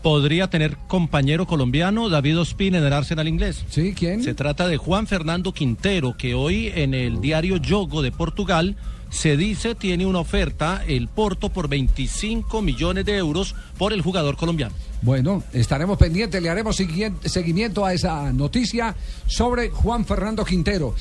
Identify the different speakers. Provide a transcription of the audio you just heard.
Speaker 1: podría tener compañero colombiano David Ospina en el Arsenal inglés.
Speaker 2: Sí, ¿quién?
Speaker 1: Se trata de Juan Fernando Quintero, que hoy en el diario Yogo de Portugal se dice tiene una oferta el Porto por 25 millones de euros por el jugador colombiano.
Speaker 2: Bueno, estaremos pendientes, le haremos seguimiento a esa noticia sobre Juan Fernando Quintero.